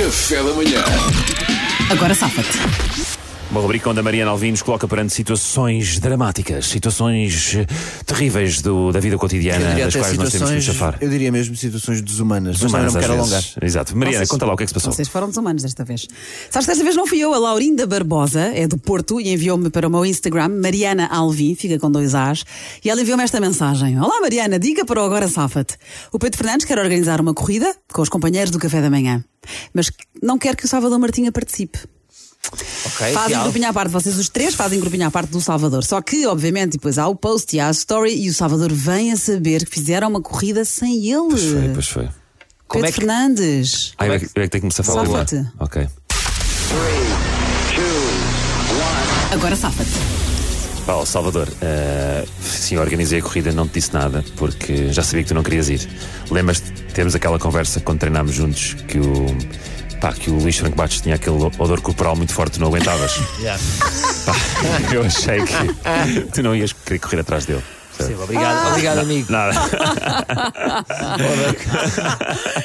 Café da manhã. Agora safa-te. Uma rubrica onde a Mariana Alvim nos coloca perante situações dramáticas, situações eh, terríveis do- da vida cotidiana, das até quais nós temos que nos safar. eu diria mesmo situações desumanas, mas também Humanas, não me às quero alongar. vezes. Exato. Mariana, Vocês- conta lá o que é que se passou. Vocês foram desumanos desta vez. Sabes que desta vez não fui eu, a Laurinda Barbosa, é do Porto, e enviou-me para o meu Instagram, Mariana Alvim, fica com dois As, e ela enviou-me esta mensagem. Olá Mariana, diga para o Agora Safa-te. O Pedro Fernandes quer organizar uma corrida com os companheiros do Café da Manhã, mas não quer que o Salvador Martinha participe. É Ok, Fazem real. grupinho à parte, vocês os três fazem grupinho à parte do Salvador. Só que, obviamente, depois há o post e há a story e o Salvador vem a saber que fizeram uma corrida sem ele. Pois foi, pois foi. Como Pedro é que- Fernandes. Ah, eu é que, eu é que tenho que me safar agora. Safa-te. Ok. Agora safa-te. Pá, ó, Salvador, eh, sim, eu organizei a corrida, não te disse nada, porque já sabia que tu não querias ir. Lembras-te, temos aquela conversa quando treinámos juntos que o. Pá, que o Luís Franco Bastos tinha aquele odor corporal muito forte, tu não aguentavas. Pá, eu achei que tu não ias querer correr atrás dele. Sim, Ah. Obrigado, obrigado amigo. Nada.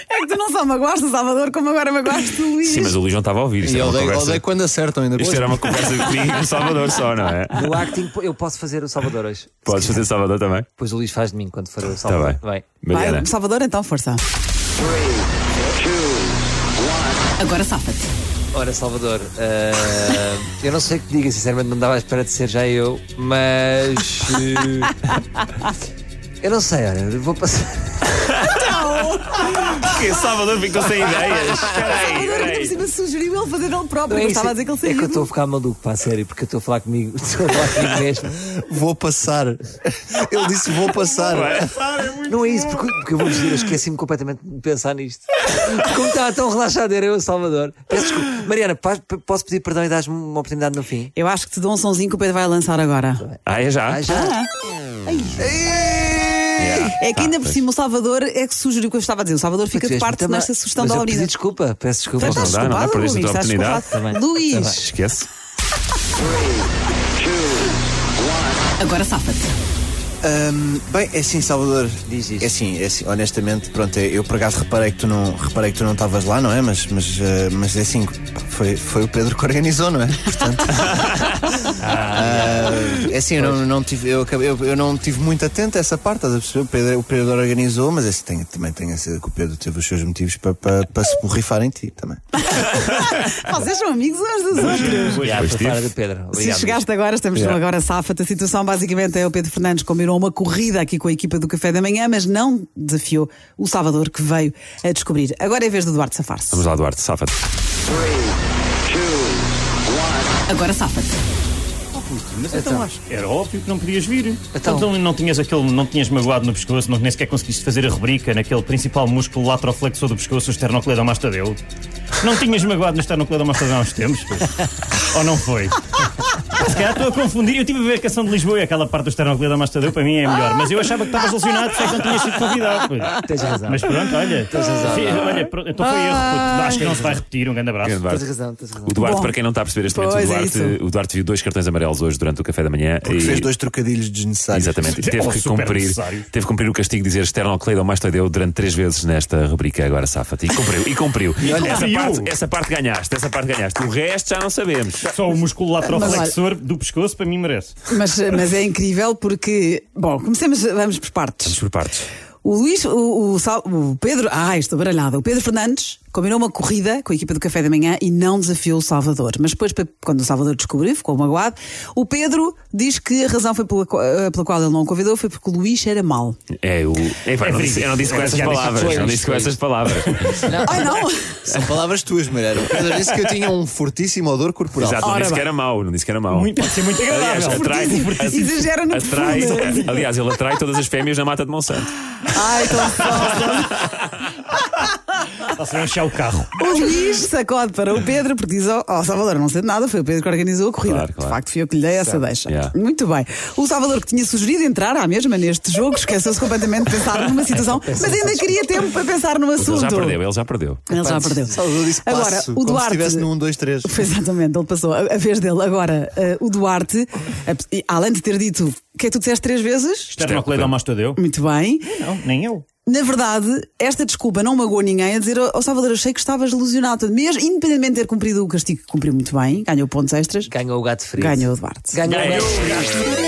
É que tu não só magoaste o Salvador como agora magoaste o Luís. Sim, mas o Luís não estava a ouvir. Isto E era uma odeio, conversa. odeio quando acertam ainda. Isto era uma conversa de mim e o Salvador só, não é? No acting, eu posso fazer o Salvador hoje. Podes fazer Salvador também? Depois o Luís faz de mim quando Tá for o Está Salvador. bem. Vai. Vai, Mariana. Salvador, então força. Agora safa-te. Ora, Salvador, ah, eu não sei o que te diga, sinceramente, não dava à espera de ser já eu, mas. eh, eu não sei, olha, eu vou passar. Porque Salvador ficou sem ideias. Peraí, Agora ainda por peraí. cima sugeriu ele fazer ele próprio. Não eu é estava isso, a dizer que ele É saiu. que eu estou a ficar maluco, pá, a sério, porque eu estou a falar comigo, estou a falar comigo mesmo. Vou passar. Ele disse vou passar. Não é isso, porque, porque eu vou dizer, eu esqueci-me completamente de pensar nisto. Como estava tão relaxado, era eu, Salvador. Peço desculpa. Mariana, pa- pa- posso pedir perdão e dar me uma oportunidade no fim? Eu acho que te dou um sonzinho que o Pedro vai lançar agora. Ah, é já? Ah, já? Ah, Yeah. é que ainda Ah, por pois. cima o Salvador é que sugeriu o que eu estava a dizer. O Salvador fica de Tiveste parte muita ma- nesta sugestão Mas da eu pedi Laurina. Desculpa, peço desculpa. Estás Não dá, não dá, desculpada, Luís. perdeste a tua Estás oportunidade. Tá bem, desculpada. tá Luís, Esquece. agora safa-te. Ahm, bem, é assim, Salvador. Diz isso. É assim, é assim, honestamente, pronto, é- eu por acaso reparei que tu não reparei que tu não estavas lá, não é? Mas, mas, ah, mas é assim, foi, foi o Pedro que organizou, não é? Portanto. Ah, é assim, eu não, não tive, eu, acabei- eu, eu não tive muito atento a essa parte, estás a perceber? O Pedro, o Pedro organizou, mas assim, tenho- também tenho a certeza que o Pedro teve os seus motivos para, para, para se borrifar em ti também. Vocês são amigos uns dos outros. Pois tive. Para do Pedro. Obrigado. Se chegaste agora, estamos no Yeah. agora safa-te. A situação basicamente é o Pedro Fernandes combinou uma corrida aqui com a equipa do Café da Manhã, mas não desafiou o Salvador que veio a descobrir. Agora é vez do Duarte safar-se. Vamos lá, Duarte, safa-te. Agora safa-te. Mas então, Então. acho que era óbvio que não podias vir. Então. Então, não tinhas aquele, não tinhas magoado no pescoço, não, nem sequer conseguiste fazer a rubrica naquele principal músculo lateroflexor do pescoço, o esternocleidomastadeu. Não tinhas magoado no esternocleidomastadeu há uns tempos? pô? Ou não foi? Se calhar estou a confundir. Eu tive a ver a canção de Lisboa e aquela parte do esternocleidomastadeu para mim é melhor, mas eu achava que estavas lesionado, por isso é que não tinhas sido convidado. pô. Tens razão. Mas pronto, olha. razão. fi- olha pronto, então foi erro. puto. Acho que não se vai repetir. Um grande abraço. Tens razão, tens razão. O Duarte, Bom. para quem não está a perceber este momento, o Pois, é Duarte, isso. o Duarte viu dois cartões amarelos hoje durante o café da manhã. Porque e- fez dois trocadilhos desnecessários. Exatamente, e teve Oh, que, super cumprir, necessário. teve que cumprir o castigo de dizer esternocleido mais deu durante três vezes nesta rubrica agora safa-te. E cumpriu, e cumpriu. olha, essa, cumpriu. parte, essa parte ganhaste, essa parte ganhaste. O resto já não sabemos. Só o músculo lateroflexor do pescoço para mim merece. Mas, mas é incrível porque. Bom, comecemos, vamos por partes. Vamos por partes. O Luís, o, o Sal- o Pedro, ai, estou baralhada. O Pedro Fernandes combinou uma corrida com a equipa do Café da Manhã e não desafiou o Salvador. Mas depois, pa- quando o Salvador descobriu, ficou magoado. O Pedro diz que a razão foi pela, qua- eh, pela qual ele não o convidou foi porque o Luís era mau. É o. Epá, eu não disse, eu não disse com É essas verídico. palavras. Foi Não isto, disse com foi essas isto. palavras. Ai, não! São palavras tuas, Mulher. O Pedro disse que eu tinha um fortíssimo odor corporal. Exato, não Ora disse que bem. era mau, não disse que era mau. Muito, pode ser muito Aliás, agradável. atrai, Exagera no atrai, perfume. aliás, ele atrai todas as fêmeas na mata de Monsanto. Ai, tão só. Posso lanchar o carro. O Luís sacode para o Pedro porque diz: Ó oh, Salvador, não sei de nada, foi o Pedro que organizou a corrida. Claro, claro. De facto, fui eu que lhe dei essa deixa. Yeah. Muito bem. O Salvador que tinha sugerido entrar à mesma neste jogo, esqueceu-se completamente de pensar numa situação, mas ainda queria tempo para pensar no Ele já assunto. perdeu, ele já perdeu. Ele já perdeu. Salvador disse passo, Agora, o como se Duarte. estivesse no 1, 2, 3. Foi exatamente, ele passou a a vez dele. Agora, eh, o Duarte, eh, a- e além de ter dito que é que tu disseste três vezes, Esternocleidomastadeu? muito bem, Não, nem eu. Na verdade, esta desculpa não magoou ninguém a dizer ao Salvador, achei que estavas ilusionado. Mesmo, independentemente de ter cumprido o castigo que cumpriu muito bem, ganhou pontos extras, Ganhou o gato frio. ganhou o Duarte. Ganhou o gato frio.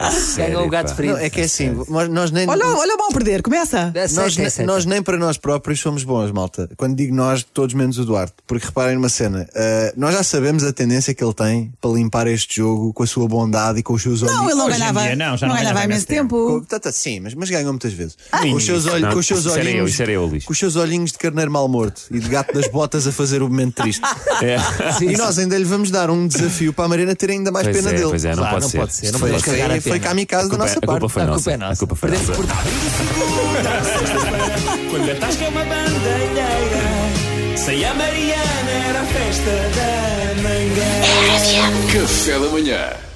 Oh, Ganhou o gato frio. Não, é que é assim, nós- nós nem. Olha, olha o mal perder, começa. Nós, Aceita, aceita. nós nem para nós próprios somos bons, malta. Quando digo nós, todos menos o Duarte. Porque reparem numa cena, ah, nós já sabemos a tendência que ele tem para limpar este jogo com a sua bondade e com os seus olhos. Não, ele é não Hoje em ganhava. dia, não, já não ganhava há ganhava imenso nesse tempo. tempo. Com- tá, tá, sim, mas, mas ganhou muitas vezes. Sim. com os seus, olhos, Não, com os seus Ah, isso era olhinhos. eu, isso era eu, Luís. Com os seus olhinhos de carneiro mal morto e de gato das botas a fazer o momento triste. É. Sim, sim. e nós ainda lhe vamos dar um desafio para a Marina ter ainda mais Pois pena é, dele. pois é, não Claro, pode não ser. pode ser, não Foi, podemos cagar a foi, foi pena. kamikaze da A culpa- nossa a culpa parte. foi A nossa. culpa é nossa. A culpa foi Perdemos nossa. por Quando atasca uma bandeira, Sem a Mariana era a festa da mangueira Café da manhã.